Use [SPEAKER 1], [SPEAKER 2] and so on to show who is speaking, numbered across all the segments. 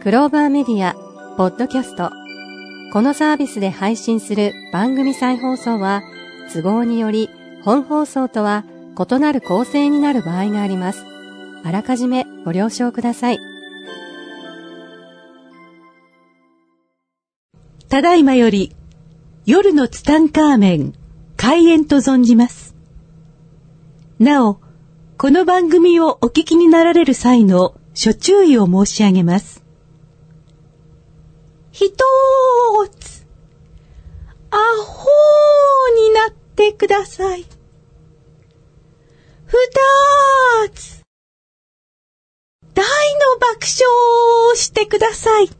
[SPEAKER 1] クローバーメディア、ポッドキャスト。このサービスで配信する番組再放送は、都合により本放送とは異なる構成になる場合があります。あらかじめご了承ください。
[SPEAKER 2] ただいまより、夜のツタンカーメン、開演と存じます。なお、この番組をお聞きになられる際の諸注意を申し上げます。ひとーつ、アホーになってください。ふたーつ、大の爆笑をしてください。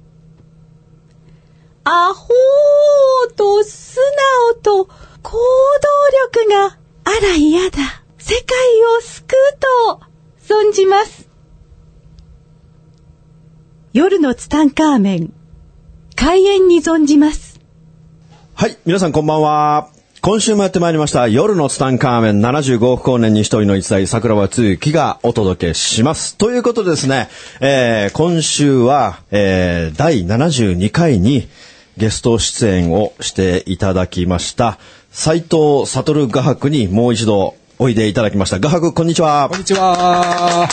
[SPEAKER 2] アホーと素直と行動力が、あら嫌だ。世界を救うと存じます。夜のツタンカーメン、開演に存じます。
[SPEAKER 3] はい、皆さんこんばんは。今週もやってまいりました、夜のツタンカーメン75億光年に一人の一歳、桜庭つゆきがお届けします。ということでですね、えー今週は、えー第72回にゲスト出演をしていただきました、斎藤悟画伯にもう一度おいでいただきました。画伯、こんにちは
[SPEAKER 4] こん。にちは。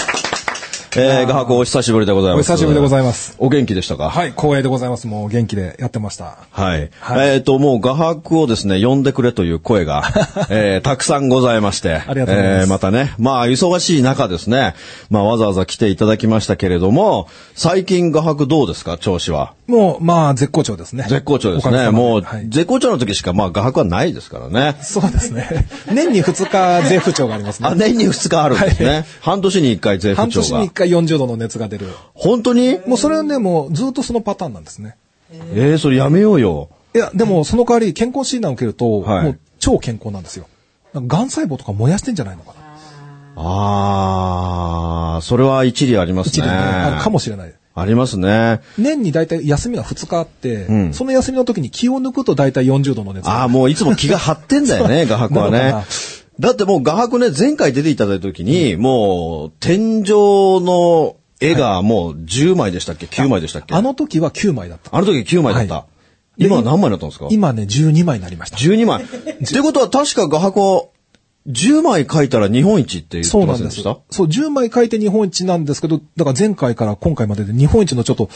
[SPEAKER 3] えー、画伯、お久しぶりでございます。
[SPEAKER 4] お久しぶりでございます。
[SPEAKER 3] お元気でしたか
[SPEAKER 4] はい、光栄でございます。もう元気でやってました。
[SPEAKER 3] はい。
[SPEAKER 4] はい
[SPEAKER 3] えっ、と、もう画伯をですね、呼んでくれという声 が、えーたくさんございまして。
[SPEAKER 4] ありがとうございま
[SPEAKER 3] え
[SPEAKER 4] す
[SPEAKER 3] ーまたね、まあ、忙しい中ですね、まあ、わざわざ来ていただきましたけれども、最近画伯どうですか、調子は。
[SPEAKER 4] もう、まあ、絶好調ですね。
[SPEAKER 3] 絶好調です
[SPEAKER 4] おかげ
[SPEAKER 3] ね。
[SPEAKER 4] さま
[SPEAKER 3] もう、
[SPEAKER 4] はい
[SPEAKER 3] 絶好調の時しか、まあ、画伯はないですからね。
[SPEAKER 4] そうですね。年に2日、税不調があります
[SPEAKER 3] あ、
[SPEAKER 4] ね。
[SPEAKER 3] 年に2日あるんですね。
[SPEAKER 4] はい
[SPEAKER 3] 半年に1回税不
[SPEAKER 4] 半
[SPEAKER 3] 調
[SPEAKER 4] 年に
[SPEAKER 3] が
[SPEAKER 4] 1。回40度の熱が出る。
[SPEAKER 3] 本当に
[SPEAKER 4] もうそれはね、もうずっとそのパターンなんですね。
[SPEAKER 3] えー、それやめようよ。
[SPEAKER 4] いや、でもその代わり健康診断を受けると、
[SPEAKER 3] はい
[SPEAKER 4] もう超健康なんですよ。なんか癌細胞とか燃やしてんじゃないのかな。
[SPEAKER 3] あー、それは一理ありますね。
[SPEAKER 4] 一理ね、あるかもしれない。
[SPEAKER 3] ありますね。
[SPEAKER 4] 年に大体休みが2日あって、
[SPEAKER 3] ん
[SPEAKER 4] その休みの時に気を抜くと大体40度の熱が出る
[SPEAKER 3] ああ、もういつも気が張ってんだよ ね、画伯は
[SPEAKER 4] なのか
[SPEAKER 3] ね
[SPEAKER 4] な。
[SPEAKER 3] だってもう画伯ね、前回出ていただいた時に、もう、天井の絵がもう10枚でしたっけ ?9 枚でしたっけ
[SPEAKER 4] あ、の時は9枚だった。
[SPEAKER 3] あの時9枚だった。
[SPEAKER 4] は
[SPEAKER 3] 今は何枚だったんですか
[SPEAKER 4] 今ね、12枚になりました。
[SPEAKER 3] 12枚。 ってことは確か画伯は、10枚描いたら日本一って言っ
[SPEAKER 4] そ
[SPEAKER 3] て
[SPEAKER 4] う
[SPEAKER 3] ま
[SPEAKER 4] なん
[SPEAKER 3] せん
[SPEAKER 4] で。
[SPEAKER 3] ですし
[SPEAKER 4] そう
[SPEAKER 3] た、
[SPEAKER 4] 10枚書いて日本一なんですけど、だから前回から今回までで日本一のちょっと、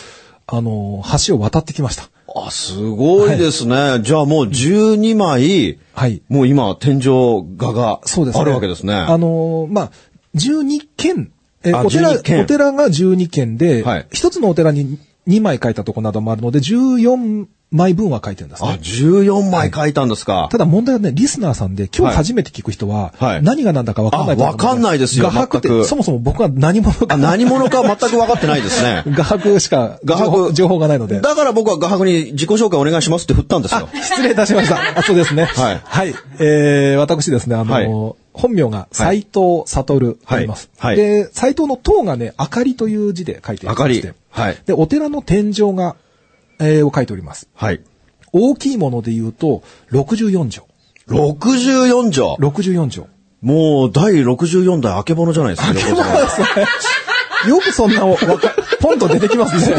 [SPEAKER 4] あのー、橋を渡ってきました。
[SPEAKER 3] あ、すごいですね。じゃあもう12枚、
[SPEAKER 4] はい
[SPEAKER 3] もう今、天井画が
[SPEAKER 4] そうです
[SPEAKER 3] あるわけですね。
[SPEAKER 4] あのー、まあ、12件、え
[SPEAKER 3] あ
[SPEAKER 4] お寺、
[SPEAKER 3] 12件
[SPEAKER 4] お寺が12件で、
[SPEAKER 3] はい
[SPEAKER 4] 一つのお寺に2枚書いたとこなどもあるので、14枚分は書いてるんです
[SPEAKER 3] あ、
[SPEAKER 4] ね。
[SPEAKER 3] 14枚描いたんですか。
[SPEAKER 4] ただ問題はね、リスナーさんで、今日初めて聞く人は、
[SPEAKER 3] はい
[SPEAKER 4] 何が何だか分かんないと思う
[SPEAKER 3] あ分かんないですよ
[SPEAKER 4] 画伯っ
[SPEAKER 3] 全
[SPEAKER 4] て、
[SPEAKER 3] く
[SPEAKER 4] そもそも僕は何者か
[SPEAKER 3] あ、何者か全く分かってないですね。
[SPEAKER 4] 画伯しか情
[SPEAKER 3] 画伯
[SPEAKER 4] 報情報がないので。
[SPEAKER 3] だから僕は画伯に自己紹介お願いしますって振ったんですよ。
[SPEAKER 4] 失礼いたし ました。あ、そうですね。
[SPEAKER 3] はい
[SPEAKER 4] はい。えー、私ですね、あの、
[SPEAKER 3] はい
[SPEAKER 4] 本名が斎藤悟と言います。
[SPEAKER 3] はいはい
[SPEAKER 4] で、斎藤の塔がね、明かりという字で書いてありまして。
[SPEAKER 3] 明かりはい
[SPEAKER 4] で、お寺の天井が、えーを書いております。
[SPEAKER 3] はい。
[SPEAKER 4] 大きいもので言うと、64畳。
[SPEAKER 3] 64条。
[SPEAKER 4] 64畳。
[SPEAKER 3] もう第64代あけぼのじゃないですか。横綱
[SPEAKER 4] よくそんなお、わか、ポンと出てきますね。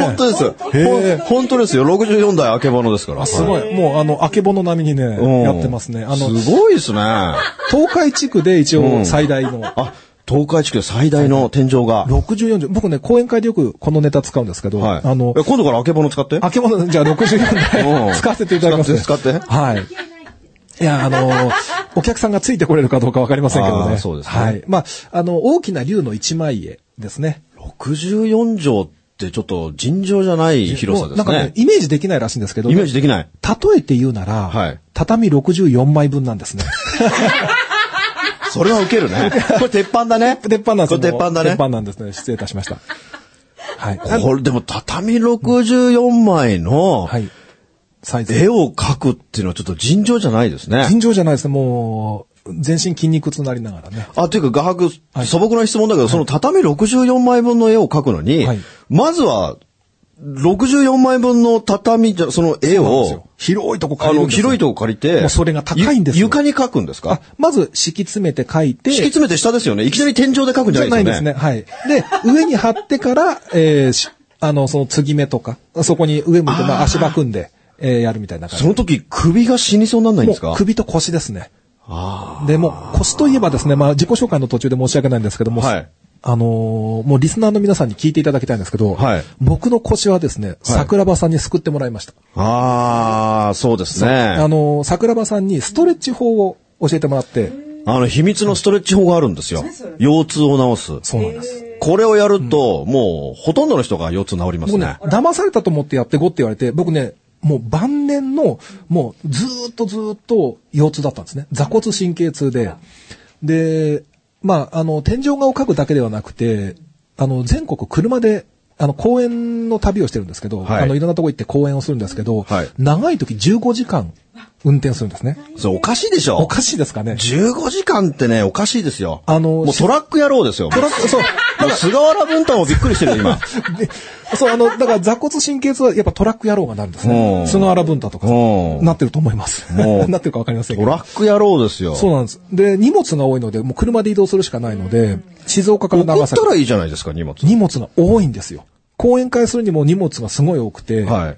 [SPEAKER 3] 本当ですよ。
[SPEAKER 4] へえ
[SPEAKER 3] ほん本当ですよ。64代あけぼのですから。
[SPEAKER 4] すご。
[SPEAKER 3] はい
[SPEAKER 4] もう、あの、あけぼの並みにね、
[SPEAKER 3] うん
[SPEAKER 4] やってますね。あの、
[SPEAKER 3] すごいですね。
[SPEAKER 4] 東海地区で一応最大の、
[SPEAKER 3] あ、東海地区最大の天井が。
[SPEAKER 4] 64畳。僕ね、講演会でよくこのネタ使うんですけど、
[SPEAKER 3] はい。
[SPEAKER 4] あの
[SPEAKER 3] え、今度からあけぼの使って。
[SPEAKER 4] あけぼの、じゃあ64
[SPEAKER 3] うん
[SPEAKER 4] 台使わせていただきます、ね。
[SPEAKER 3] 使って使って
[SPEAKER 4] はい。いや、あの、お客さんがついてこれるかどうかわかりませんけど
[SPEAKER 3] あー
[SPEAKER 4] ね。
[SPEAKER 3] そうですね
[SPEAKER 4] はい。まあ、あの、大きな竜の一枚絵ですね。
[SPEAKER 3] 64条ってちょっと尋常じゃない広さで
[SPEAKER 4] もうなん
[SPEAKER 3] す
[SPEAKER 4] かね
[SPEAKER 3] ね、。
[SPEAKER 4] イメージできないらしいんですけど、
[SPEAKER 3] イメージできない。
[SPEAKER 4] 例えて言うなら、
[SPEAKER 3] はい
[SPEAKER 4] 畳64枚分なんですね。
[SPEAKER 3] それはウケるね。 これ鉄板だね。
[SPEAKER 4] 鉄板なんです
[SPEAKER 3] これ鉄板だね
[SPEAKER 4] 鉄。板なんですね。失礼いたしました。はい。
[SPEAKER 3] これでも畳64枚の
[SPEAKER 4] はい。サイズ。
[SPEAKER 3] 絵を描くっていうのはちょっと尋常じゃないですね。
[SPEAKER 4] 尋常じゃないですね。もう、全身筋肉痛になりながらね。
[SPEAKER 3] あ、というか画伯、
[SPEAKER 4] はい
[SPEAKER 3] 素朴な質問だけど、その畳64枚分の絵を描くのに、
[SPEAKER 4] はい
[SPEAKER 3] まずは、64枚分の畳じゃ、その絵
[SPEAKER 4] そうなんですよ
[SPEAKER 3] を、
[SPEAKER 4] 広いとこ
[SPEAKER 3] あ
[SPEAKER 4] 借りる
[SPEAKER 3] の、
[SPEAKER 4] んですよ
[SPEAKER 3] 広いとこ借りて、
[SPEAKER 4] もうそれが高いんですよ
[SPEAKER 3] ゆ床に描くんです
[SPEAKER 4] あ
[SPEAKER 3] か、
[SPEAKER 4] まず敷き詰めて書いて、
[SPEAKER 3] 敷き詰めて下ですよね。いきなり天井で描くんじ
[SPEAKER 4] じ
[SPEAKER 3] ゃ
[SPEAKER 4] ゃ
[SPEAKER 3] な
[SPEAKER 4] ない
[SPEAKER 3] い
[SPEAKER 4] ん
[SPEAKER 3] で
[SPEAKER 4] です
[SPEAKER 3] よ
[SPEAKER 4] す
[SPEAKER 3] ね。
[SPEAKER 4] ね。はい。で、上に貼ってから、えーしあの、その継ぎ目とか、そこに上向いて、まあ足場組んで、えーやるみたいな感じ。
[SPEAKER 3] その時、首が死にそうになんないんです
[SPEAKER 4] も
[SPEAKER 3] か
[SPEAKER 4] う首と腰ですね。
[SPEAKER 3] あ
[SPEAKER 4] で、もう腰といえばですね、まあ自己紹介の途中で申し訳ないんですけども、
[SPEAKER 3] はい
[SPEAKER 4] あのーもうリスナーの皆さんに聞いていただきたいんですけど、
[SPEAKER 3] はい
[SPEAKER 4] 僕の腰はですね、桜庭さんに救ってもらいました。
[SPEAKER 3] あ。ああ、そうですね。
[SPEAKER 4] あ
[SPEAKER 3] あの、
[SPEAKER 4] のー桜庭さんにストレッチ法を教えてもらって、
[SPEAKER 3] 秘密のストレッチ法があるんですよ。腰痛を治す。
[SPEAKER 4] そうなんです。
[SPEAKER 3] これをやると、もう、ほとんどの人が腰痛治ります
[SPEAKER 4] 僕ね
[SPEAKER 3] ね、。
[SPEAKER 4] 騙されたと思ってやってごって言われて、僕ね、もう晩年の、もうずーっとずーっと腰痛だったんですね。座骨神経痛で。で、まあ、あの、天井画を描くだけではなくて、あの、全国車で、あの、公園の旅をしてるんですけど、
[SPEAKER 3] はい
[SPEAKER 4] あの、いろんなとこ行って公演をするんですけど、
[SPEAKER 3] はい
[SPEAKER 4] 長い時15時間運転するんですね。
[SPEAKER 3] それおかしいでしょ
[SPEAKER 4] おかしいですかね。
[SPEAKER 3] 15時間ってね、おかしいですよ。
[SPEAKER 4] あの
[SPEAKER 3] もうトラック野郎ですよ。
[SPEAKER 4] トラックそう
[SPEAKER 3] もう菅原文太もびっくりしてるよ、 今。
[SPEAKER 4] で、そう、あの、だから座骨神経痛はやっぱトラック野郎がなるんです
[SPEAKER 3] う
[SPEAKER 4] ね
[SPEAKER 3] ん。
[SPEAKER 4] 菅原文太とか
[SPEAKER 3] うん
[SPEAKER 4] なってると思います。
[SPEAKER 3] もう
[SPEAKER 4] なってるかわかりませんけ
[SPEAKER 3] ト
[SPEAKER 4] ど。
[SPEAKER 3] ラック野郎ですよ。
[SPEAKER 4] そうなんです。で、荷物が多いので、もう車で移動するしかないので、静岡から
[SPEAKER 3] 送
[SPEAKER 4] 長
[SPEAKER 3] った
[SPEAKER 4] 崎。
[SPEAKER 3] らいいじゃないですか、荷物。
[SPEAKER 4] 荷物が多いんですよ。講演会するにも荷物がすごい多くて、
[SPEAKER 3] はい。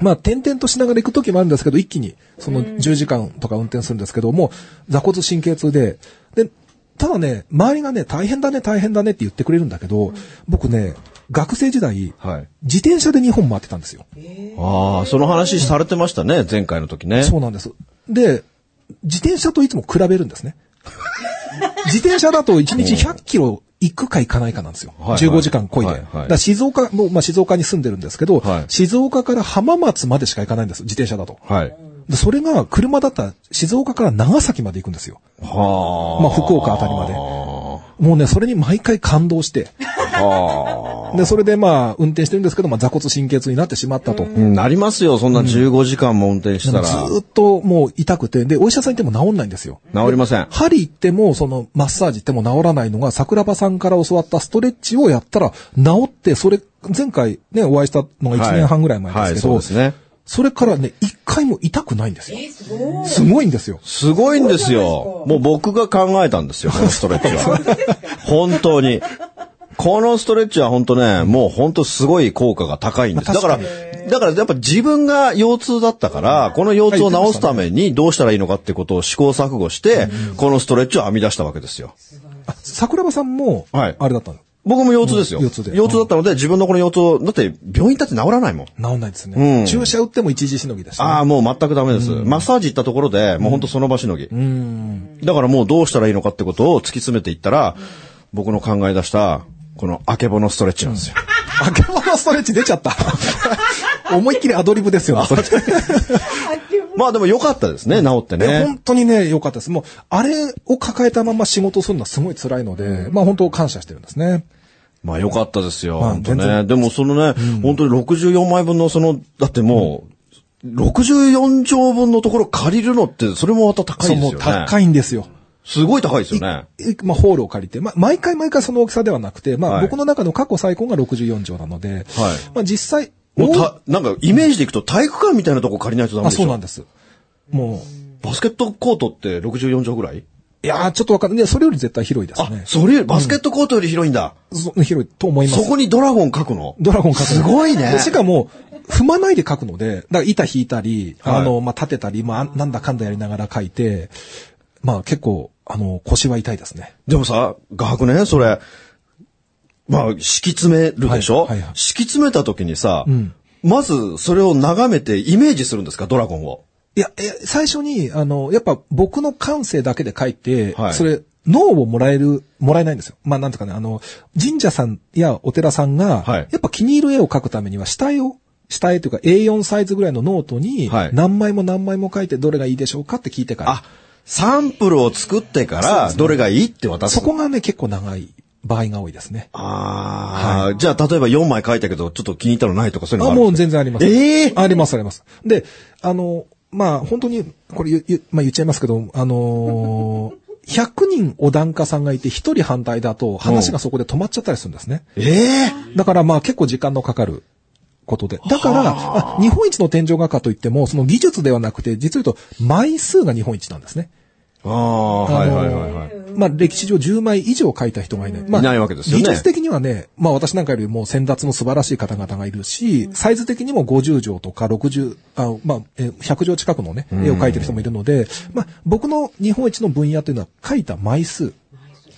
[SPEAKER 4] まあ、点々としながら行く時もあるんですけど、一気に、その10時間とか運転するんですけども、座骨神経痛で、で、ただね、周りがね、大変だね、大変だねって言ってくれるんだけど、僕ね、学生時代、
[SPEAKER 3] はい。
[SPEAKER 4] 自転車で日本回ってたんですよ。
[SPEAKER 3] ああ、その話されてましたね、前回の時ね。
[SPEAKER 4] そうなんです。で、自転車といつも比べるんですね。自転車だと1日100キロ行くか行かないかなんですよ。
[SPEAKER 3] はいはい
[SPEAKER 4] 15時間漕いで。
[SPEAKER 3] はいはい
[SPEAKER 4] だから静岡、もう、まあ、静岡に住んでるんですけど、
[SPEAKER 3] はい
[SPEAKER 4] 静岡から浜松までしか行かないんです、自転車だと。
[SPEAKER 3] はい。
[SPEAKER 4] でそれが車だったら静岡から長崎まで行くんですよ。
[SPEAKER 3] はあ。
[SPEAKER 4] まあ、福岡あたりまで。もうね、それに毎回感動して。で、それでまあ、運転してるんですけど、まあ、座骨神経痛になってしまったと。
[SPEAKER 3] うんなりますよ、そんな15時間も運転し
[SPEAKER 4] ず
[SPEAKER 3] たら。
[SPEAKER 4] ーっともう痛くて、で、お医者さん行っても治んないんですよ。
[SPEAKER 3] 治りません。
[SPEAKER 4] 針行っても、その、マッサージ行っても治らないのが、桜庭さんから教わったストレッチをやったら、治って、それ、前回ね、お会いしたのが1年半ぐらい前ですけど、
[SPEAKER 3] はいはいそうですね。
[SPEAKER 4] それからね、一回も痛くないんですよ。すごいんですよ。
[SPEAKER 3] すごいんですよ。もう僕が考えたんですよ、このストレッチ は。本当に。このストレッチは本当ね、もう本当すごい効果が高いんです。
[SPEAKER 4] ま
[SPEAKER 3] だ
[SPEAKER 4] あ
[SPEAKER 3] から、だからやっぱ自分が腰痛だったから、この腰痛を治すためにどうしたらいいのかってことを試行錯誤して、このストレッチを編み出したわけですよ。
[SPEAKER 4] あ桜庭さんも、
[SPEAKER 3] はい
[SPEAKER 4] あれだったの。
[SPEAKER 3] 僕も腰痛ですよ。
[SPEAKER 4] うん腰痛で
[SPEAKER 3] だったので、自分のこの腰痛、だって病院だって治らないもん。
[SPEAKER 4] 治んないですね。
[SPEAKER 3] うん
[SPEAKER 4] 注射打っても一時しのぎだし、ね。
[SPEAKER 3] ああ、もう全くダメです。マッサージ行ったところで、もう本当その場しのぎ。だからもうどうしたらいいのかってことを突き詰めていったら、僕の考え出した、このあけぼのストレッチなんですよ。
[SPEAKER 4] あけぼのストレッチ出ちゃ った。思いっきりアドリブですよね、それ
[SPEAKER 3] まあでも良かったですね、治って
[SPEAKER 4] いや
[SPEAKER 3] ね
[SPEAKER 4] 本。当にね、良かったです。もう、あれを抱えたまま仕事するのはすごい辛いので、まあ本当感謝してるんですね。
[SPEAKER 3] まあ良かったですよ、
[SPEAKER 4] まあ
[SPEAKER 3] 本当
[SPEAKER 4] 全
[SPEAKER 3] ね。
[SPEAKER 4] 然
[SPEAKER 3] でもそのね、本当に64枚分のその、だってもう、64兆分のところ借りるのって、それもまた高いですよ
[SPEAKER 4] そうもう
[SPEAKER 3] ね。
[SPEAKER 4] 高いんですよ。
[SPEAKER 3] すごい高いですよね。
[SPEAKER 4] いまあ、ホールを借りて、まあ、毎回毎回その大きさではなくて、ま
[SPEAKER 3] は
[SPEAKER 4] あ、
[SPEAKER 3] い
[SPEAKER 4] 僕の中の過去最高が64畳なので、まあ、実際、
[SPEAKER 3] もう
[SPEAKER 4] お
[SPEAKER 3] た、なんかイメージでいくと体育館みたいなとこ借りないとダメ
[SPEAKER 4] あ、
[SPEAKER 3] でしょ
[SPEAKER 4] そうなんです。も、
[SPEAKER 3] バスケットコートって64畳ぐらいう
[SPEAKER 4] いやー、ちょっとわかんない。それより絶対広いです
[SPEAKER 3] あ
[SPEAKER 4] ね、。
[SPEAKER 3] それよりバスケットコートより広いんだ。
[SPEAKER 4] そ広いと思います。
[SPEAKER 3] そこにドラゴン書くの
[SPEAKER 4] ドラゴン描く
[SPEAKER 3] すごいね
[SPEAKER 4] で。しかも、踏まないで描くので、だから板引いたり、
[SPEAKER 3] はい
[SPEAKER 4] あの、まあ、立てたり、まあ、なんだかんだやりながら描いて、まあ、結構、あの、腰は痛いですね。
[SPEAKER 3] でもさ、画伯ね、それ、まあ、敷き詰めるでしょ、
[SPEAKER 4] はいはいはい
[SPEAKER 3] 敷き詰めた時にさ、
[SPEAKER 4] ん
[SPEAKER 3] まずそれを眺めてイメージするんですかドラゴンを。
[SPEAKER 4] いや、え最初に、あの、やっぱ僕の感性だけで書いて、
[SPEAKER 3] はい
[SPEAKER 4] それ、脳をもらえる、もらえないんですよ。まあ、なんとかね、あの、神社さんやお寺さんが、
[SPEAKER 3] はい
[SPEAKER 4] やっぱ気に入る絵を描くためには、下絵を、下絵というか A4 サイズぐらいのノートに
[SPEAKER 3] はい、
[SPEAKER 4] 何枚も何枚も書いて、どれがいいでしょうかって聞いてから、
[SPEAKER 3] あ、サンプルを作ってから、どれがいいって渡す
[SPEAKER 4] そこがね、結構長い場合が多いですね。
[SPEAKER 3] ああ、じゃあ例えば4枚書いたけど、ちょっと気に入ったのないとかそういうのが
[SPEAKER 4] あ、
[SPEAKER 3] ある
[SPEAKER 4] もう全然あります。
[SPEAKER 3] ええ
[SPEAKER 4] あります、あります。で、あの、まあ、本当に、これ言う、言うまあ、言っちゃいますけど、あの ー100人お団家さんがいて1人反対だと話がそこで止まっちゃったりするんですね。
[SPEAKER 3] ええ
[SPEAKER 4] だからまあ結構時間のかかることで。だから、あ日本一の天井画家といっても、その技術ではなくて、実を言うと枚数が日本一なんですね。
[SPEAKER 3] ああ、
[SPEAKER 4] あ
[SPEAKER 3] はい
[SPEAKER 4] の
[SPEAKER 3] はいはいはい。
[SPEAKER 4] まあ、歴史上10枚以上書いた人がいない。まあ、
[SPEAKER 3] いないわけですよね
[SPEAKER 4] 技術的にはね、まあ私なんかよりも先達の素晴らしい方々がいるし、サイズ的にも50畳とか60、あまあ、えー100畳近くのね、絵を描いてる人もいるので、まあ僕の日本一の分野というのは書いた枚数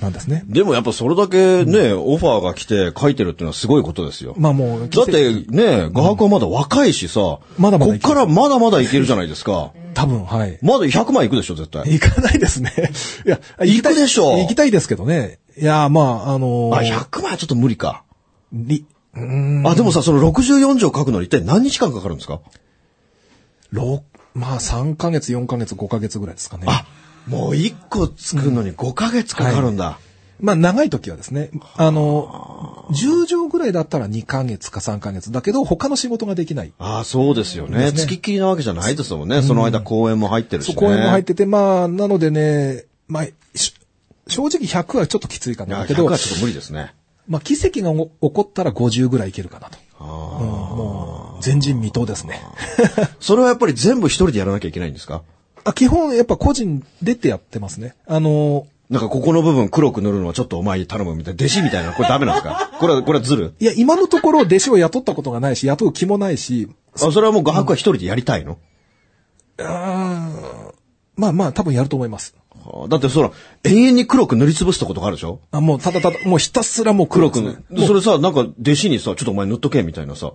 [SPEAKER 4] なんですね。
[SPEAKER 3] でもやっぱそれだけね、オファーが来て書いてるっていうのはすごいことですよ。
[SPEAKER 4] まあもう、
[SPEAKER 3] だってね、画伯はまだ若いしさ、
[SPEAKER 4] まだまだ
[SPEAKER 3] こっからまだまだいけるじゃないですか。
[SPEAKER 4] 多分、はい。
[SPEAKER 3] まだ100枚いくでしょ、絶対。
[SPEAKER 4] 行かないですね。 いや、
[SPEAKER 3] 行くでしょう
[SPEAKER 4] 行きたいですけどね。いや、まあ、あの
[SPEAKER 3] あ、
[SPEAKER 4] ー
[SPEAKER 3] 100枚はちょっと無理か。
[SPEAKER 4] り
[SPEAKER 3] あ、でもさ、その64条書くのに一体何日間かかるんですか
[SPEAKER 4] ろまあ3ヶ月、4ヶ月、5ヶ月ぐらいですかね。
[SPEAKER 3] あ、もう1個作るのに5ヶ月かかるんだ。
[SPEAKER 4] まあ長い時はですね、あの、10畳ぐらいだったら2ヶ月か3ヶ月だけど、他の仕事ができない。
[SPEAKER 3] ああ、そうですよね。
[SPEAKER 4] ですね
[SPEAKER 3] 付きっきりなわけじゃないですもんね。その間公演も入ってるし
[SPEAKER 4] そ
[SPEAKER 3] ね。
[SPEAKER 4] こへも入ってて、まあ、なのでね、まあ、し正直100はちょっときついか
[SPEAKER 3] いや
[SPEAKER 4] なだけ
[SPEAKER 3] 100
[SPEAKER 4] ど
[SPEAKER 3] は、ちょっと無理ですね。
[SPEAKER 4] まあ奇跡がお起こったら50ぐらいいけるかなと。
[SPEAKER 3] あ
[SPEAKER 4] うんもう、前人未到ですね。
[SPEAKER 3] ーそれはやっぱり全部一人でやらなきゃいけないんですか
[SPEAKER 4] あ基本、やっぱ個人出てやってますね。あの、
[SPEAKER 3] なんかここの部分黒く塗るのはちょっとお前に頼むみたいな、弟子みたいな、これダメなんですかこれは、これはずる
[SPEAKER 4] いや、今のところ弟子を雇ったことがないし、雇う気もないし、
[SPEAKER 3] あ、それはもう画伯は一人でやりたいの、
[SPEAKER 4] あーまあまあ、多分やると思います。
[SPEAKER 3] あーだってそら、永遠に黒く塗りつぶすとことかあるでしょ
[SPEAKER 4] あもう、ただただ、もうひたすらもう黒
[SPEAKER 3] 黒
[SPEAKER 4] く
[SPEAKER 3] く、でそれさ、なんか弟子にさ、ちょっとお前塗っとけみたいなさ。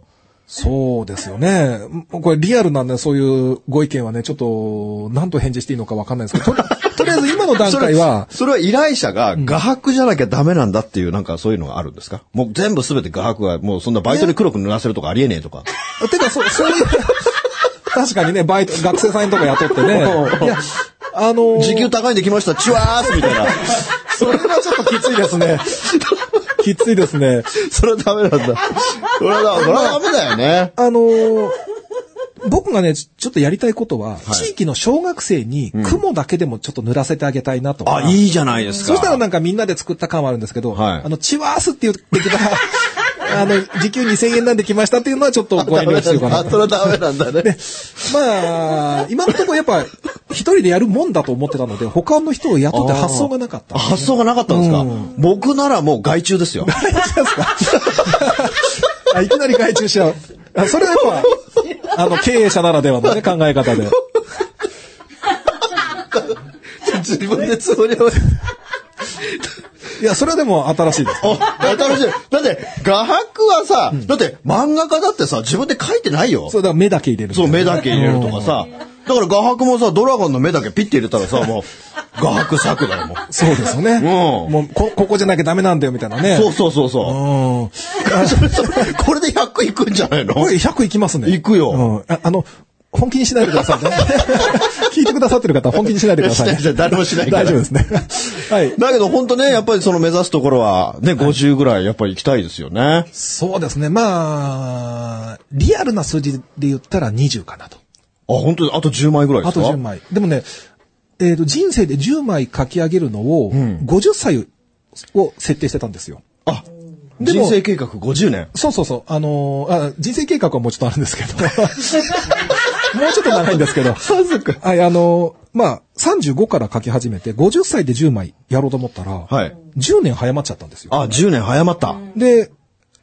[SPEAKER 4] そうですよね。もうこれリアルなね、そういうご意見はね、ちょっと、何と返事していいのかわかんないですけど、とりとりあえず今の段階は、
[SPEAKER 3] それは依頼者が画伯じゃなきゃダメなんだっていうなんかそういうのがあるんですかもう全部すべて画伯が、もうそんなバイトで黒く塗らせるとかありえねえとか。
[SPEAKER 4] てか、そう、そういう、確かにね、バイト、学生さんとか雇ってね、いや、あのー
[SPEAKER 3] 時給高いんで来ました、チュワースみたいな。
[SPEAKER 4] それはちょっときついですね。きついですね。
[SPEAKER 3] それはダメなんだ。それはだ、それはダメだよね。
[SPEAKER 4] あのー僕がね、ちちょっとやりたいことは、地域の小学生に雲だけでもちょっと塗らせてあげたいなとか。
[SPEAKER 3] あ、いいじゃないですか。
[SPEAKER 4] そしたらなんかみんなで作った感はあるんですけど、
[SPEAKER 3] はい
[SPEAKER 4] あの、チワースって言ってきた、 あの、時給2000円なんで来ましたっていうのはちょっとご遠慮してるかな
[SPEAKER 3] あ、。それはダメなんだね。
[SPEAKER 4] まあ、今のところやっぱ、一人でやるもんだと思ってたので、他の人を雇って発想がなかった。
[SPEAKER 3] 発想がなかったんですか、僕ならもう外注 ですよ。
[SPEAKER 4] あいきなり外注しちゃう。あそれはやっぱ、あの、経営者ならではのね、考え方で。
[SPEAKER 3] 自分で都合に合わせて。
[SPEAKER 4] いや、それはでも新しいです。
[SPEAKER 3] お新しい。だって、画伯はさ、だって漫画家だってさ、自分で書いてないよ。
[SPEAKER 4] そう、だから目だけ入れる。
[SPEAKER 3] そう、目だけ入れるとかさ。だから画伯もさ、ドラゴンの目だけピッて入れたらさ、もう、画伯作だよ、もう。
[SPEAKER 4] そうですよね。
[SPEAKER 3] うん
[SPEAKER 4] もうこ、ここじゃなきゃダメなんだよ、みたいなね。。
[SPEAKER 3] そうそうそうそう
[SPEAKER 4] うん。
[SPEAKER 3] う。それそれ これで100いくんじゃないの
[SPEAKER 4] これ100いきますね。
[SPEAKER 3] いくよ
[SPEAKER 4] うん。ああの、本気にしないでく ださいね。聞いてくださってる方は本気にしないでください、ね。
[SPEAKER 3] しない誰もしないから
[SPEAKER 4] 大丈夫です ね。はい。
[SPEAKER 3] だけど本当ね、やっぱりその目指すところは、ね、50ぐらいやっぱり行きたいですよね。
[SPEAKER 4] そうですね。まあ、リアルな数字で言ったら20かなと。
[SPEAKER 3] あ、本当にあと10枚ぐらいで
[SPEAKER 4] あ
[SPEAKER 3] す
[SPEAKER 4] と
[SPEAKER 3] か
[SPEAKER 4] 10枚。でもね、えっ、と、人生で10枚書き上げるのを、50歳を設定してたんですよ。
[SPEAKER 3] あ、
[SPEAKER 4] でも
[SPEAKER 3] 人生計画50年。
[SPEAKER 4] そうそうそう。あのーあ、人生計画はもうちょっとあるんですけど。 もうちょっと長いんですけど。はい、あのーまあ、35から書き始めて、50歳で10枚やろうと思ったら、
[SPEAKER 3] はい。
[SPEAKER 4] 10年早まっちゃったんですよ。
[SPEAKER 3] あ、10年早まった。
[SPEAKER 4] で、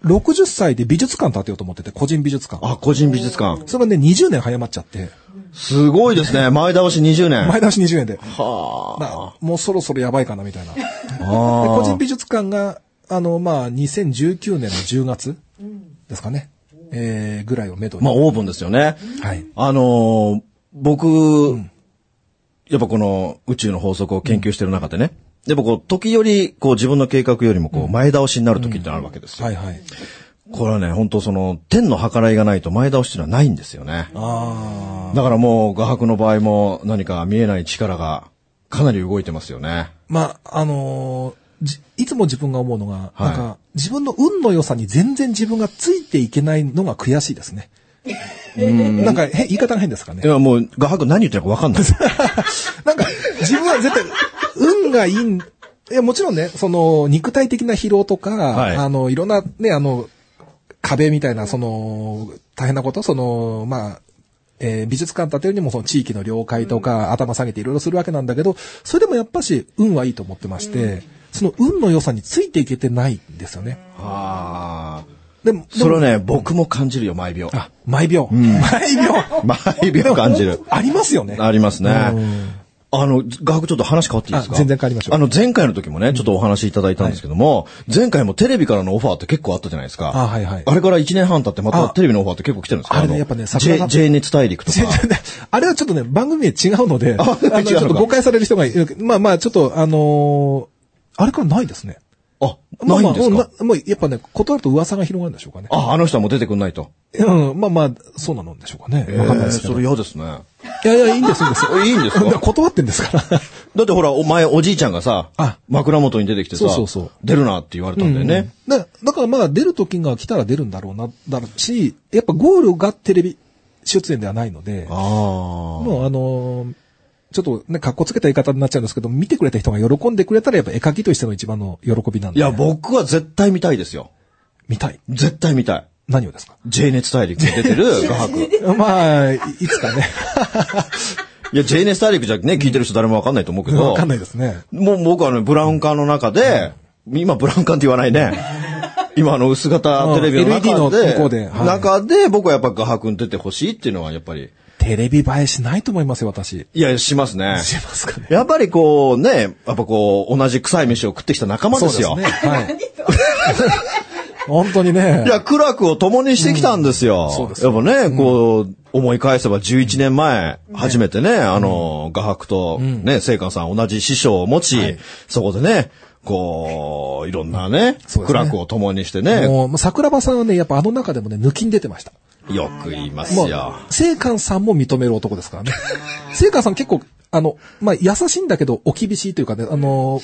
[SPEAKER 4] 60歳で美術館建てようと思ってて、個人美術館。
[SPEAKER 3] あ、個人美術館。
[SPEAKER 4] それがね、20年早まっちゃって、
[SPEAKER 3] すごいですね。前倒し20年。
[SPEAKER 4] 前倒し20年で、
[SPEAKER 3] はあ。
[SPEAKER 4] まあもうそろそろやばいかな、みたいな。で
[SPEAKER 3] あ
[SPEAKER 4] 個人美術館が、あの、まあ、2019年の10月ですかね。えー、ぐらいをめどに。
[SPEAKER 3] まあ、オーブンですよね。
[SPEAKER 4] はい。
[SPEAKER 3] あのー僕、やっぱこの宇宙の法則を研究してる中でね、やっぱこう、時より、こう自分の計画よりもこう、前倒しになる時ってあるわけですよ。
[SPEAKER 4] はいはい。
[SPEAKER 3] これはね、本当その、天の計らいがないと前倒しっていうのはないんですよね。
[SPEAKER 4] ああ。
[SPEAKER 3] だからもう、画伯の場合も何か見えない力がかなり動いてますよね。
[SPEAKER 4] まあ、あのーじいつも自分が思うの
[SPEAKER 3] は
[SPEAKER 4] が、
[SPEAKER 3] い
[SPEAKER 4] なんか、自分の運の良さに全然自分がついていけないのが悔しいですね。なんか、へ言い方が変ですか
[SPEAKER 3] い
[SPEAKER 4] ね。
[SPEAKER 3] や、もう、画伯何言ってるか分かんない。
[SPEAKER 4] なんか、自分は絶対、運がいいん、いや、もちろんね、その、肉体的な疲労とか、
[SPEAKER 3] はい
[SPEAKER 4] あの、いろんなね、あの、壁みたいな、その、大変なこと、その、まあ、えー美術館建てるにもその地域の了解とか、頭下げていろいろするわけなんだけど、それでもやっぱし運はいいと思ってまして、その運の良さについていけてないんですよね。
[SPEAKER 3] ああ。
[SPEAKER 4] でも、でも
[SPEAKER 3] それはね、僕も感じるよ、毎秒。
[SPEAKER 4] あ、毎秒。毎秒。
[SPEAKER 3] 毎秒 感じる。
[SPEAKER 4] ありますよね。
[SPEAKER 3] ありますね
[SPEAKER 4] うん。
[SPEAKER 3] あの、画伯ちょっと話変わっていいですか
[SPEAKER 4] あ全然変わりましょう
[SPEAKER 3] あの、前回の時もね、ちょっとお話いただいたんですけども、前回もテレビからのオファーって結構あったじゃないですか。
[SPEAKER 4] あはいはい
[SPEAKER 3] あれから1年半経ってまた
[SPEAKER 4] あ
[SPEAKER 3] テレビのオファーって結構来てるんですか
[SPEAKER 4] あれね
[SPEAKER 3] の
[SPEAKER 4] やっぱね桜
[SPEAKER 3] J、
[SPEAKER 4] が
[SPEAKER 3] J 熱大陸とか。
[SPEAKER 4] あれはちょっとね、番組名違うので、
[SPEAKER 3] あ
[SPEAKER 4] あのちょっと誤解される人がいる。まあまあ、ちょっと、あのーあれからないですね。
[SPEAKER 3] あ、
[SPEAKER 4] ま
[SPEAKER 3] ないん
[SPEAKER 4] あまあ
[SPEAKER 3] ですか
[SPEAKER 4] うんなもうやっぱね、断ると噂が広がるんでしょうかね。
[SPEAKER 3] あ、あの人はもう出てくんないと。
[SPEAKER 4] うん、まあまあ、そうなのんでしょうかね。わかんないですけ
[SPEAKER 3] えーそ
[SPEAKER 4] ど。
[SPEAKER 3] れ
[SPEAKER 4] い
[SPEAKER 3] 嫌ですね。
[SPEAKER 4] やいや、いいんです、いいんです。
[SPEAKER 3] えいいんですか
[SPEAKER 4] 断ってんですから。
[SPEAKER 3] だってほら、お前おじいちゃんがさ
[SPEAKER 4] あ、
[SPEAKER 3] 枕元に出てきてさ
[SPEAKER 4] そうそうそう、
[SPEAKER 3] 出るなって言われたんだよね。
[SPEAKER 4] うんだだからまあ出る時が来たら出るんだろうな、だろうし、やっぱゴールがテレビ出演ではないので、
[SPEAKER 3] ああ。
[SPEAKER 4] もうあのーちょっとね、格好つけた言い方になっちゃうんですけど、見てくれた人が喜んでくれたらやっぱ絵描きとしての一番の喜びなんで。
[SPEAKER 3] いや、僕は絶対見たいですよ。
[SPEAKER 4] 見たい。
[SPEAKER 3] 絶対見たい。
[SPEAKER 4] 何をですか
[SPEAKER 3] J 熱大陸に出てる 画伯。
[SPEAKER 4] まあ、いいつか ね。
[SPEAKER 3] いや、JNS 大陸じゃね、聞いてる人誰もわかんないと思うけど。
[SPEAKER 4] わかんないですね。
[SPEAKER 3] もう僕はね、ブラウン管の中で、今ブラウン管って言わない ね。今あの薄型テレビの中で、
[SPEAKER 4] うん LED の向こうではい
[SPEAKER 3] 中で僕はやっぱ画伯に出てほしいっていうのはやっぱり、
[SPEAKER 4] テレビ映えしないと思いますよ、私。
[SPEAKER 3] いや、しますね。
[SPEAKER 4] しますかね。
[SPEAKER 3] やっぱりこうね、やっぱこう、同じ臭い飯を食ってきた仲間ですよ。
[SPEAKER 4] ね。はい。 本当にね。
[SPEAKER 3] いや、苦楽を共にしてきたんですよ。
[SPEAKER 4] そうです
[SPEAKER 3] やっぱね、こう、思い返せば11年前、初めてね、あの、画伯と、ね、聖寛さん同じ師匠を持ち、そこでね、こう、いろんなね、
[SPEAKER 4] そうですね
[SPEAKER 3] 苦楽を共にしてね、
[SPEAKER 4] もう、桜庭さんはね、やっぱあの中でもね、抜きに出てました。
[SPEAKER 3] よく言います
[SPEAKER 4] もう
[SPEAKER 3] よ。、
[SPEAKER 4] 聖寛さんも認める男ですからね。聖寛さん結構、あの、まあ、優しいんだけど、お厳しいというかね、あの、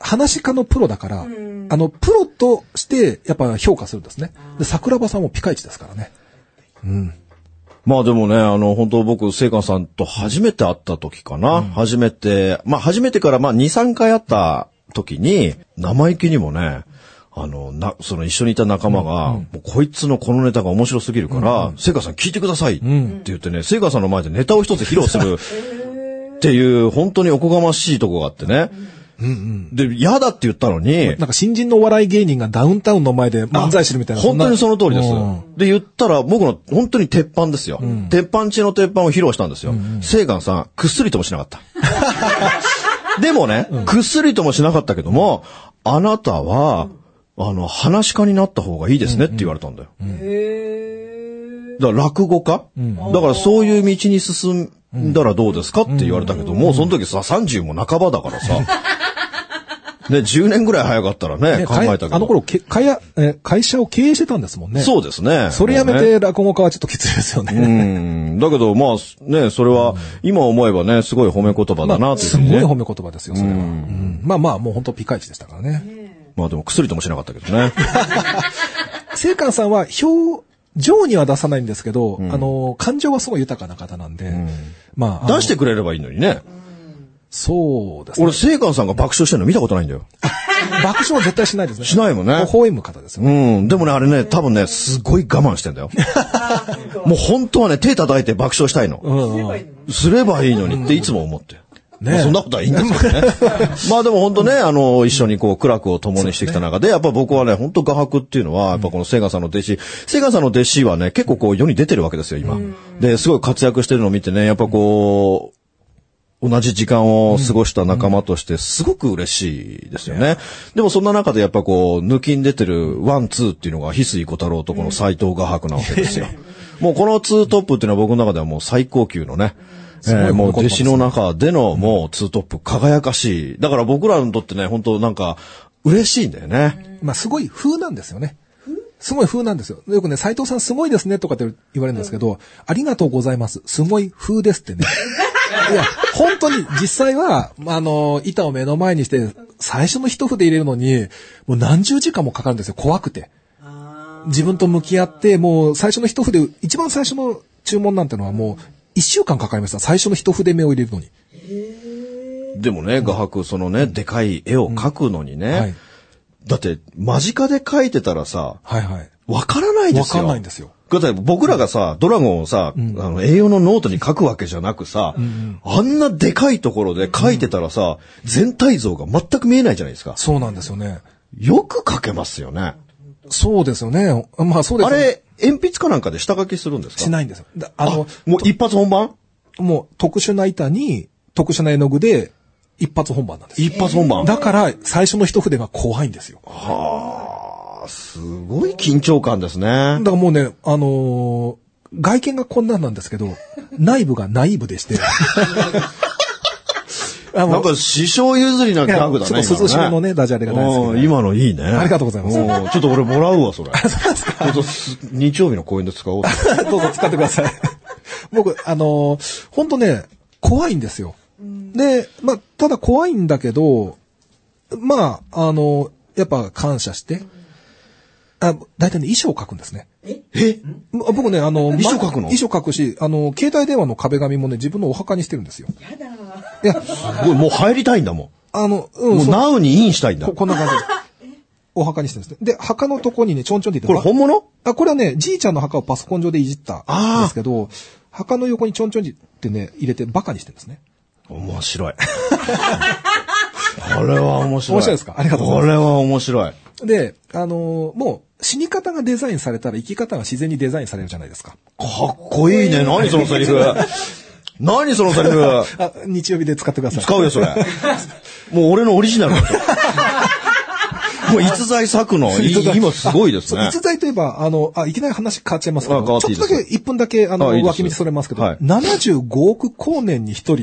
[SPEAKER 4] 話し家のプロだから、あの、プロとして、やっぱ評価するんですね。で、桜庭さんもピカイチですからね。
[SPEAKER 3] まあでもね、あの、本当僕、聖寛さんと初めて会った時かな。初めて、まあ初めてからまあ2、3回会った時に、生意気にもね、あの、な、その一緒にいた仲間が、もうこいつのこのネタが面白すぎるから、聖、華さん聞いてくださいって言ってね、聖、華さんの前でネタを一つ披露するっていう、本当におこがましいとこがあってね。で、嫌だって言ったのに、
[SPEAKER 4] なんか新人のお笑い芸人がダウンタウンの前で漫才してるみたいな。
[SPEAKER 3] 本当に
[SPEAKER 4] ん
[SPEAKER 3] その
[SPEAKER 4] な
[SPEAKER 3] 通りです
[SPEAKER 4] うん。
[SPEAKER 3] で、言ったら、僕の本当に鉄板ですよ。鉄板中の鉄板を披露したんですよ。セイガンさん、くっすりともしなかった。 でもね、くっすりともしなかったけども、あなたは、あの、話し家になった方がいいですねって言われたんだよ。だから落語家、だからそういう道に進んだらどうですかって言われたけども、その時さ、30も半ばだから さ。ね、10年ぐらい早かったらね、
[SPEAKER 4] ね
[SPEAKER 3] 考えたけど。
[SPEAKER 4] あの頃、け会やえ会社を経営してたんですもんね。
[SPEAKER 3] そうですね。
[SPEAKER 4] それやめ
[SPEAKER 3] もうね
[SPEAKER 4] て落語家はちょっときついですよね。
[SPEAKER 3] うんだけど、まあ、ね、それは、今思えばね、すごい褒め言葉だな、というふ
[SPEAKER 4] す
[SPEAKER 3] う
[SPEAKER 4] ごい
[SPEAKER 3] にね。
[SPEAKER 4] 褒め言葉ですよ、それは。うんまあまあ、もう本当ピカイチでしたからね。
[SPEAKER 3] まあでも、薬ともしなかったけど ね。
[SPEAKER 4] 聖寛さんは表情には出さないんですけど、あの、感情はすごい豊かな方なんで、まああの、
[SPEAKER 3] 出してくれればいいのにね。
[SPEAKER 4] そうですね。
[SPEAKER 3] 俺、聖寛さんが爆笑してるの見たことないんだよ。
[SPEAKER 4] 爆笑は絶対しないですね。
[SPEAKER 3] しないもんね
[SPEAKER 4] 微笑む方ですよね。
[SPEAKER 3] うん。でもね、あれね、多分ね、すごい我慢してんだ よ。もう本当はね、手叩いて爆笑したいの。
[SPEAKER 4] うんうん。
[SPEAKER 3] すればいいのにっていつも思って。
[SPEAKER 4] ね
[SPEAKER 3] まあそんなことはいいんですけどね。 まあでも本当ね、あの、一緒にこう、苦楽を共にしてきた中で、やっぱ僕はね、本当画伯っていうのは、やっぱこのセガさんの弟子、セガさんの弟子はね、結構こう、世に出てるわけですよ、今。で、すごい活躍してるのを見てね、やっぱこう、同じ時間を過ごした仲間としてすごく嬉しいですよね。でもそんな中でやっぱこう、抜きに出てるワン、ツーっていうのが、翡翠小太郎とこの斎藤画伯なわけです よ。もうこのツートップっていうのは僕の中ではもう最高級のね、
[SPEAKER 4] ごい
[SPEAKER 3] えーもう
[SPEAKER 4] こと
[SPEAKER 3] 弟
[SPEAKER 4] です
[SPEAKER 3] 子
[SPEAKER 4] ね
[SPEAKER 3] の中でのもうツートップ輝かしい。だから僕らにとってね、本当なんか嬉しいんだよね。
[SPEAKER 4] まあ、すごい風なんですよね。すごい風なんですよ。よくね、斎藤さんすごいですねとかって言われるんですけど、ありがとうございます。すごい風ですってね。いや、本当に実際は、まああの、板を目の前にして、最初の一筆入れるのに、もう何十時間もかかるんですよ。怖くて。自分と向き合って、もう最初の一筆、一番最初の注文なんてのはもう、一週間かかりました。最初の一筆目を入れるのに。
[SPEAKER 3] でもね、画伯、そのね、でかい絵を描くのにね、
[SPEAKER 4] はい。
[SPEAKER 3] だって間近で描いてたらさ、
[SPEAKER 4] はいはい。
[SPEAKER 3] わからないで
[SPEAKER 4] わ
[SPEAKER 3] す
[SPEAKER 4] か
[SPEAKER 3] よ。
[SPEAKER 4] んないんですよ。
[SPEAKER 3] だって僕らがさ、ドラゴンをさ、あの、栄養のノートに書くわけじゃなくさ、あんなでかいところで書いてたらさ、全体像が全く見えないじゃないですか。
[SPEAKER 4] そうなんですよね。
[SPEAKER 3] よく書けますよね。
[SPEAKER 4] そうですよね。まあそうです
[SPEAKER 3] あ
[SPEAKER 4] よね
[SPEAKER 3] れ、鉛筆かなんかで下書きするんですか
[SPEAKER 4] し
[SPEAKER 3] い。
[SPEAKER 4] ないんですよ。だあ
[SPEAKER 3] あ
[SPEAKER 4] の
[SPEAKER 3] の、、もう一発本番
[SPEAKER 4] もう特殊な板に、特殊な絵の具で、一発本番なんです。
[SPEAKER 3] 一発本番。
[SPEAKER 4] だから、最初の一筆が怖いんですよ。だ
[SPEAKER 3] はあ、すごい緊張感ですね。
[SPEAKER 4] からもうね、あのー外見がこんなんなんですけど、内部がナイーブで して。あ
[SPEAKER 3] な
[SPEAKER 4] の
[SPEAKER 3] んか、師匠譲りなギャグだ
[SPEAKER 4] い
[SPEAKER 3] ね。
[SPEAKER 4] やちょっと涼しげのねダジャレが大好きで
[SPEAKER 3] うん今のいいね。あ
[SPEAKER 4] りがとうございます
[SPEAKER 3] ちょっと俺もらうわ、 それ。ちょっとす日曜日の公演で使おうと。
[SPEAKER 4] どうぞ使ってください。僕、あのー、ほんとね、怖いんですよ。で、まあ、ただ怖いんだけど、まあ、あのー、やっぱ感謝して、あ、大体ね、衣装を書くんですね。
[SPEAKER 3] え
[SPEAKER 4] ま僕ね、あの、
[SPEAKER 3] 衣装書くの
[SPEAKER 4] ま衣装書くし、あの、携帯電話の壁紙もね、自分のお墓にしてるんですよ。いや、
[SPEAKER 3] すごいもう入りたいんだも
[SPEAKER 4] あの、
[SPEAKER 3] ん。
[SPEAKER 4] うん、
[SPEAKER 3] もう
[SPEAKER 4] そう
[SPEAKER 3] ナウにインしたいんだ。
[SPEAKER 4] ここんな感じです。 お墓にしてるんですね。で、墓のとこにね、ちょんちょんって
[SPEAKER 3] こ
[SPEAKER 4] 言
[SPEAKER 3] れ
[SPEAKER 4] って
[SPEAKER 3] 本物
[SPEAKER 4] あ、これはね、じいちゃんの墓をパソコン上でいじったん
[SPEAKER 3] あー
[SPEAKER 4] ですけど、墓の横にちょんちょんってね、入れてバカにしてるんですね。
[SPEAKER 3] 面白い。 これは面白い。
[SPEAKER 4] 面白いですかありがとうございま
[SPEAKER 3] これ
[SPEAKER 4] す
[SPEAKER 3] は面白い。
[SPEAKER 4] で、あのーもう、死に方がデザインされたら生き方が自然にデザインされるじゃないですか。
[SPEAKER 3] かっこいいね。何そのセリフ。何そのセリ フ。
[SPEAKER 4] あ、日曜日で使ってください。
[SPEAKER 3] 使うよ、そ れ。もう俺のオリジナルだと。 もう逸材作の、い
[SPEAKER 4] 逸材
[SPEAKER 3] 今すごいです
[SPEAKER 4] そう
[SPEAKER 3] ね。
[SPEAKER 4] 逸材といえば、あの、あ、いきなり話変わっちゃいますけ
[SPEAKER 3] あ
[SPEAKER 4] ど、
[SPEAKER 3] 変わっ
[SPEAKER 4] ち
[SPEAKER 3] て
[SPEAKER 4] ょ
[SPEAKER 3] いい
[SPEAKER 4] っと
[SPEAKER 3] です
[SPEAKER 4] だ
[SPEAKER 3] よ
[SPEAKER 4] け1分だけ、あの、
[SPEAKER 3] あいいです
[SPEAKER 4] 脇道それますけど、
[SPEAKER 3] はい
[SPEAKER 4] 75億光年に1人の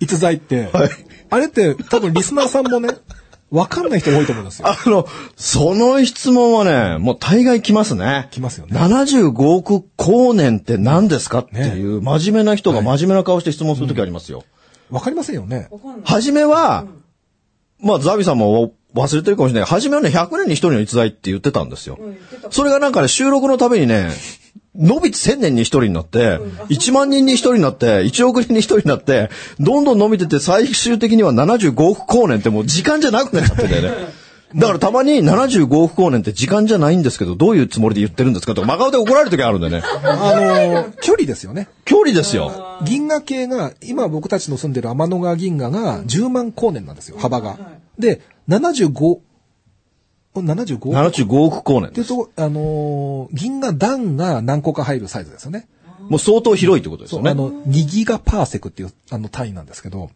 [SPEAKER 4] 逸材って、
[SPEAKER 3] はい
[SPEAKER 4] あれって多分リスナーさんもね、わかんない人多いと思うんですよ。
[SPEAKER 3] あの、その質問はね、もう大概来ますね。
[SPEAKER 4] 来ますよね
[SPEAKER 3] 75億光年って何ですかっていう、真面目な人が真面目な顔して質問するときありますよ。
[SPEAKER 4] わかりませんよね。
[SPEAKER 3] 初めは、まあ、ザビさんも忘れてるかもしれない。初めはね、100年に一人の逸材って言ってたんですよ。それがなんかね、収録のためにね、伸びて1000年に一人になって、1万人に一人になって、1億人に一人になって、どんどん伸びてて最終的には75億光年ってもう時間じゃなくなっちゃっててね。だからたまに75億光年って時間じゃないんですけど、どういうつもりで言ってるんですかとか、真顔で怒られる時あるんでね。
[SPEAKER 4] あの、距離ですよね。
[SPEAKER 3] 距離ですよ。
[SPEAKER 4] 銀河系が、今僕たちの住んでる天の川銀河が10万光年なんですよ、幅が。で、75、75?
[SPEAKER 3] 75億光年
[SPEAKER 4] って
[SPEAKER 3] で
[SPEAKER 4] い
[SPEAKER 3] す
[SPEAKER 4] う。と、あのー銀河団が何個か入るサイズですよね。
[SPEAKER 3] もう相当広いってことです
[SPEAKER 4] そ
[SPEAKER 3] よ
[SPEAKER 4] う、
[SPEAKER 3] ね
[SPEAKER 4] あ。の、2ギガパーセクっていう、あの、単位なんですけど、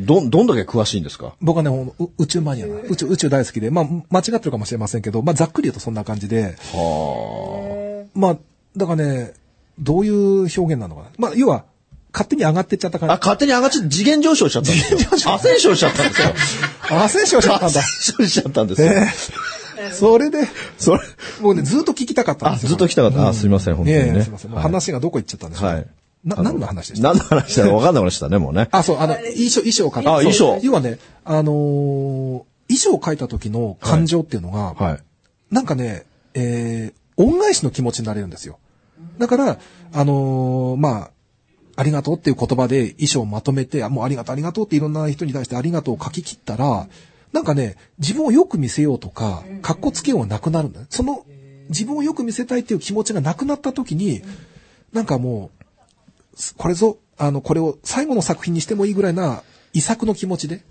[SPEAKER 3] どん、どんだけ詳しいんですか
[SPEAKER 4] 僕はね、ほんとう宇宙マニアな、宇宙、宇宙大好きで、まあ、間違ってるかもしれませんけど、まあ、ざっくり言うとそんな感じで、まあ、だからね、どういう表現なのかな。まあ、要は、勝手に上がってっちゃった感
[SPEAKER 3] あ、勝手に上がっちゃって次元上昇しちゃったんですよ。
[SPEAKER 4] 次元上昇
[SPEAKER 3] アセンションしちゃったんですよ。
[SPEAKER 4] じ。あ、選手はしちゃった
[SPEAKER 3] ア
[SPEAKER 4] ん
[SPEAKER 3] セン
[SPEAKER 4] だ。
[SPEAKER 3] ションしちゃったんですよ。
[SPEAKER 4] え えそれで、
[SPEAKER 3] それ、
[SPEAKER 4] 僕ね、ずっと聞きたかったん
[SPEAKER 3] あ、
[SPEAKER 4] ですよ。
[SPEAKER 3] ずっと来たかった。あ、すいません、本当に
[SPEAKER 4] ね
[SPEAKER 3] ね。
[SPEAKER 4] え、すいません。もう話がどこ行っちゃったんでしょう。
[SPEAKER 3] はい。
[SPEAKER 4] な、何の話でした
[SPEAKER 3] 何の話だろう分かんなくなっちゃったね、もうね。
[SPEAKER 4] あ、そう、あの、衣装、衣装を書く。
[SPEAKER 3] あ衣装
[SPEAKER 4] そう要はね、あのー衣装を書いた時の感情っていうのが、
[SPEAKER 3] はい。
[SPEAKER 4] なんかね、えー、恩返しの気持ちになれるんですよ。だから、あのーまあ、ありがとうっていう言葉で衣装をまとめて、あ、もうありがとう、ありがとうっていろんな人に対してありがとうを書き切ったら、なんかね、自分をよく見せようとか、格好つけようがなくなるんだよ。その、自分をよく見せたいっていう気持ちがなくなった時に、なんかもう、すこれぞ、あの、これを最後の作品にしてもいいぐらいな、遺作の気持ちで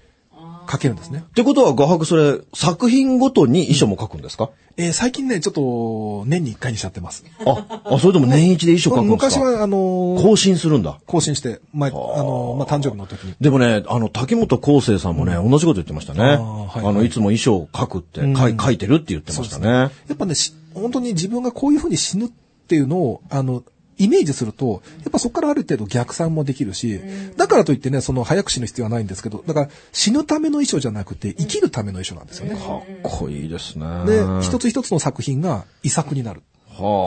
[SPEAKER 4] 書けるんですね。
[SPEAKER 3] ってことは、画伯それ、作品ごとに衣装も書くんですか
[SPEAKER 4] えー最近ね、ちょっと、年に一回にしちゃってます。
[SPEAKER 3] あ、あ、それでも年一で衣装書くんですか
[SPEAKER 4] 昔は、あのー
[SPEAKER 3] 更新するんだ。
[SPEAKER 4] 更新して、前、あのーまあ、誕生日の時に。
[SPEAKER 3] でもね、あの、竹本康生さんもね、同じこと言ってましたね。
[SPEAKER 4] あ
[SPEAKER 3] あ
[SPEAKER 4] ーはい
[SPEAKER 3] の、いつも衣装を書くって、かい書いてるって言ってましたね。
[SPEAKER 4] やっぱね、し本当に自分がこういう風に死ぬっていうのを、あの、イメージすると、やっぱそこからある程度逆算もできるし、だからといってね、その早く死ぬ必要はないんですけど、だから死ぬための衣装じゃなくて、生きるための衣装なんですよね。
[SPEAKER 3] かっこいいですね。
[SPEAKER 4] で、一つ一つの作品が遺作になる。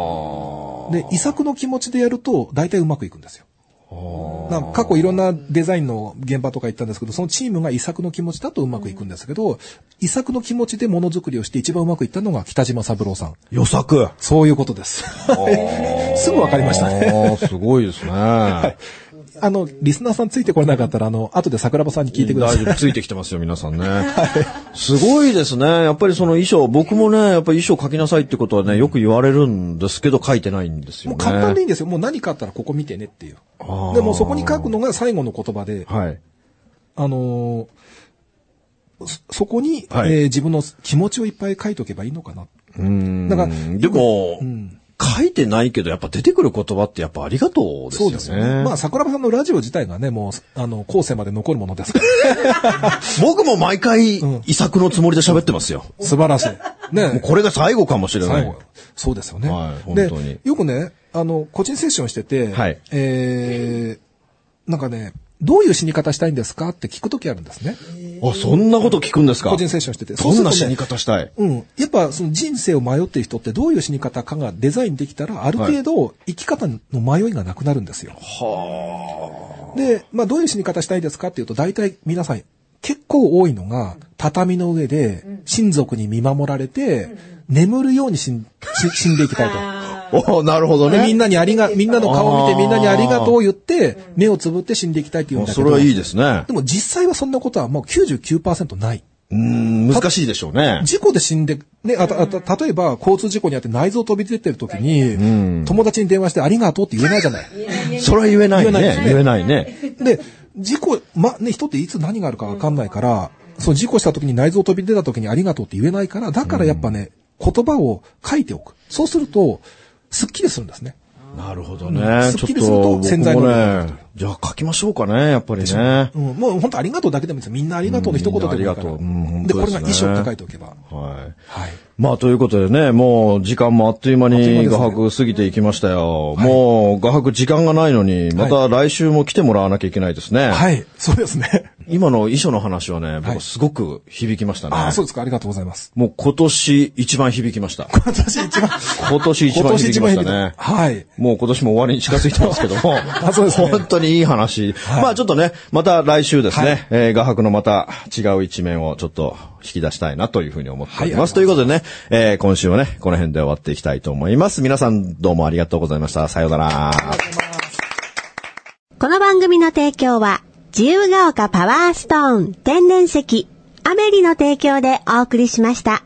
[SPEAKER 3] は
[SPEAKER 4] で、遺作の気持ちでやると、大体うまくいくんですよ。なんか過去いろんなデザインの現場とか行ったんですけど、そのチームが遺作の気持ちだとうまくいくんですけど、遺作の気持ちでものづくりをして一番うまくいったのが北島三郎さん。
[SPEAKER 3] あ。予作。
[SPEAKER 4] そういうことです。すぐわかりましたね。
[SPEAKER 3] ああ、すごいですね。
[SPEAKER 4] あの、リスナーさんついてこれなかったら、あの、後で桜庭さん に聞いてください。
[SPEAKER 3] 大丈夫ついてきてますよ、皆 さんね。すごいですね。やっぱりその衣装、僕もね、やっぱり衣装書きなさいってことはね、よく言われるんですけど、書いてないんですよ
[SPEAKER 4] も
[SPEAKER 3] ね。
[SPEAKER 4] う簡単でいいんですよ。もう何かあったらここ見てねっていう。
[SPEAKER 3] あー
[SPEAKER 4] でもそこに書くのが最後の言葉で、
[SPEAKER 3] はい。
[SPEAKER 4] あのーそそこに、
[SPEAKER 3] はい
[SPEAKER 4] えー自分の気持ちをいっぱい書いとけばいいのかな。
[SPEAKER 3] うん。
[SPEAKER 4] だから
[SPEAKER 3] でも、書いてないけど、やっぱ出てくる言葉ってやっぱありがとうですよね。
[SPEAKER 4] まあ、桜庭さんのラジオ自体がね、もう、あの、後世まで残るものですから。
[SPEAKER 3] 僕も毎回、
[SPEAKER 4] うん
[SPEAKER 3] 遺作のつもりで喋ってますよ。
[SPEAKER 4] 素晴らしい。ね。
[SPEAKER 3] もうこれが最後かもしれな
[SPEAKER 4] 最
[SPEAKER 3] い
[SPEAKER 4] 後。そうですよね。
[SPEAKER 3] はい
[SPEAKER 4] で
[SPEAKER 3] 本当に、
[SPEAKER 4] よくね、あの、個人セッションしてて、
[SPEAKER 3] はい
[SPEAKER 4] えー、なんかね、どういう死に方したいんですかって聞くときあるんですね。
[SPEAKER 3] あ、そんなこと聞くんですか
[SPEAKER 4] 個人セッションしてて。
[SPEAKER 3] どんな死
[SPEAKER 4] そうするとね
[SPEAKER 3] に方したい
[SPEAKER 4] うん。やっぱその人生を迷っている人ってどういう死に方かがデザインできたら、ある程度生き方の迷いがなくなるんですよ。で、まあどういう死に方したいですかっていうと、大体皆さん結構多いのが、畳の上で親族に見守られて、眠るように死ん し死んでいきたいと。
[SPEAKER 3] おなるほど
[SPEAKER 4] で
[SPEAKER 3] ね。
[SPEAKER 4] みんなにありが、みんなの顔を見てみんなにありがとうを言って、目をつぶって死んでいきたいっていうん
[SPEAKER 3] あ
[SPEAKER 4] だけど。
[SPEAKER 3] それはいいですね
[SPEAKER 4] で。も実際はそんなことはもう99%ない。
[SPEAKER 3] うーん、難しいでしょうね。
[SPEAKER 4] 事故で死んで、ね、あた、あた、例えば交通事故にあって内臓飛び出てる時
[SPEAKER 3] ん
[SPEAKER 4] に、友達に電話してありがとうって言えないじゃない。
[SPEAKER 3] それは言えないね。
[SPEAKER 4] 言えないですね
[SPEAKER 3] 言えないね。
[SPEAKER 4] で、事故、ま、ね、人っていつ何があるかわかんないから、その事故した時に内臓飛び出た時にありがとうって言えないから、だからやっぱね、言葉を書いておく。そうすると、スッキリするんですね。
[SPEAKER 3] なるほどね。
[SPEAKER 4] すっ
[SPEAKER 3] ちょっ
[SPEAKER 4] きりすると
[SPEAKER 3] と、
[SPEAKER 4] 潜在
[SPEAKER 3] 僕
[SPEAKER 4] 能
[SPEAKER 3] も
[SPEAKER 4] 力が
[SPEAKER 3] ね、じゃあ書きましょうかね、やっぱりね。
[SPEAKER 4] うん、もう本当ありがとうだけでもいいですよ。みんなありがとうの一言でもいいから。
[SPEAKER 3] うんみんなありがとううん
[SPEAKER 4] で、こ
[SPEAKER 3] 本当
[SPEAKER 4] れ
[SPEAKER 3] です
[SPEAKER 4] が
[SPEAKER 3] ね
[SPEAKER 4] 衣装って書いておけば。
[SPEAKER 3] はい。
[SPEAKER 4] はい。
[SPEAKER 3] まあ、ということでね、もう時間もあっという間
[SPEAKER 4] あっという間
[SPEAKER 3] に
[SPEAKER 4] です
[SPEAKER 3] 画
[SPEAKER 4] ね
[SPEAKER 3] 伯過ぎていきましたよ。もう画伯時間がないのに、また来週も来てもらわなきゃいけないですね。
[SPEAKER 4] はい。そうですね。
[SPEAKER 3] 今の衣装の話はね、
[SPEAKER 4] は
[SPEAKER 3] 僕
[SPEAKER 4] い
[SPEAKER 3] すごく響きましたね。
[SPEAKER 4] ああ、そうですか。ありがとうございます。
[SPEAKER 3] もう今年一番響きました。
[SPEAKER 4] 私 一番、
[SPEAKER 3] 今年一番響きましたね
[SPEAKER 4] た。はい。
[SPEAKER 3] もう今年も終わりに近づいてますけども。
[SPEAKER 4] あそうですね
[SPEAKER 3] 本当にいい話。
[SPEAKER 4] い
[SPEAKER 3] まあちょっとね、また来週ですね、
[SPEAKER 4] はい
[SPEAKER 3] えー画伯のまた違う一面をちょっと引き出したいなというふうに思っております。
[SPEAKER 4] はい
[SPEAKER 3] ということでね、えー今週はね、この辺で終わっていきたいと思います。皆さんどうもありがとうございました。さようなら。
[SPEAKER 5] この番組の提供は、自由が丘パワーストーン天然石、アメリの提供でお送りしました。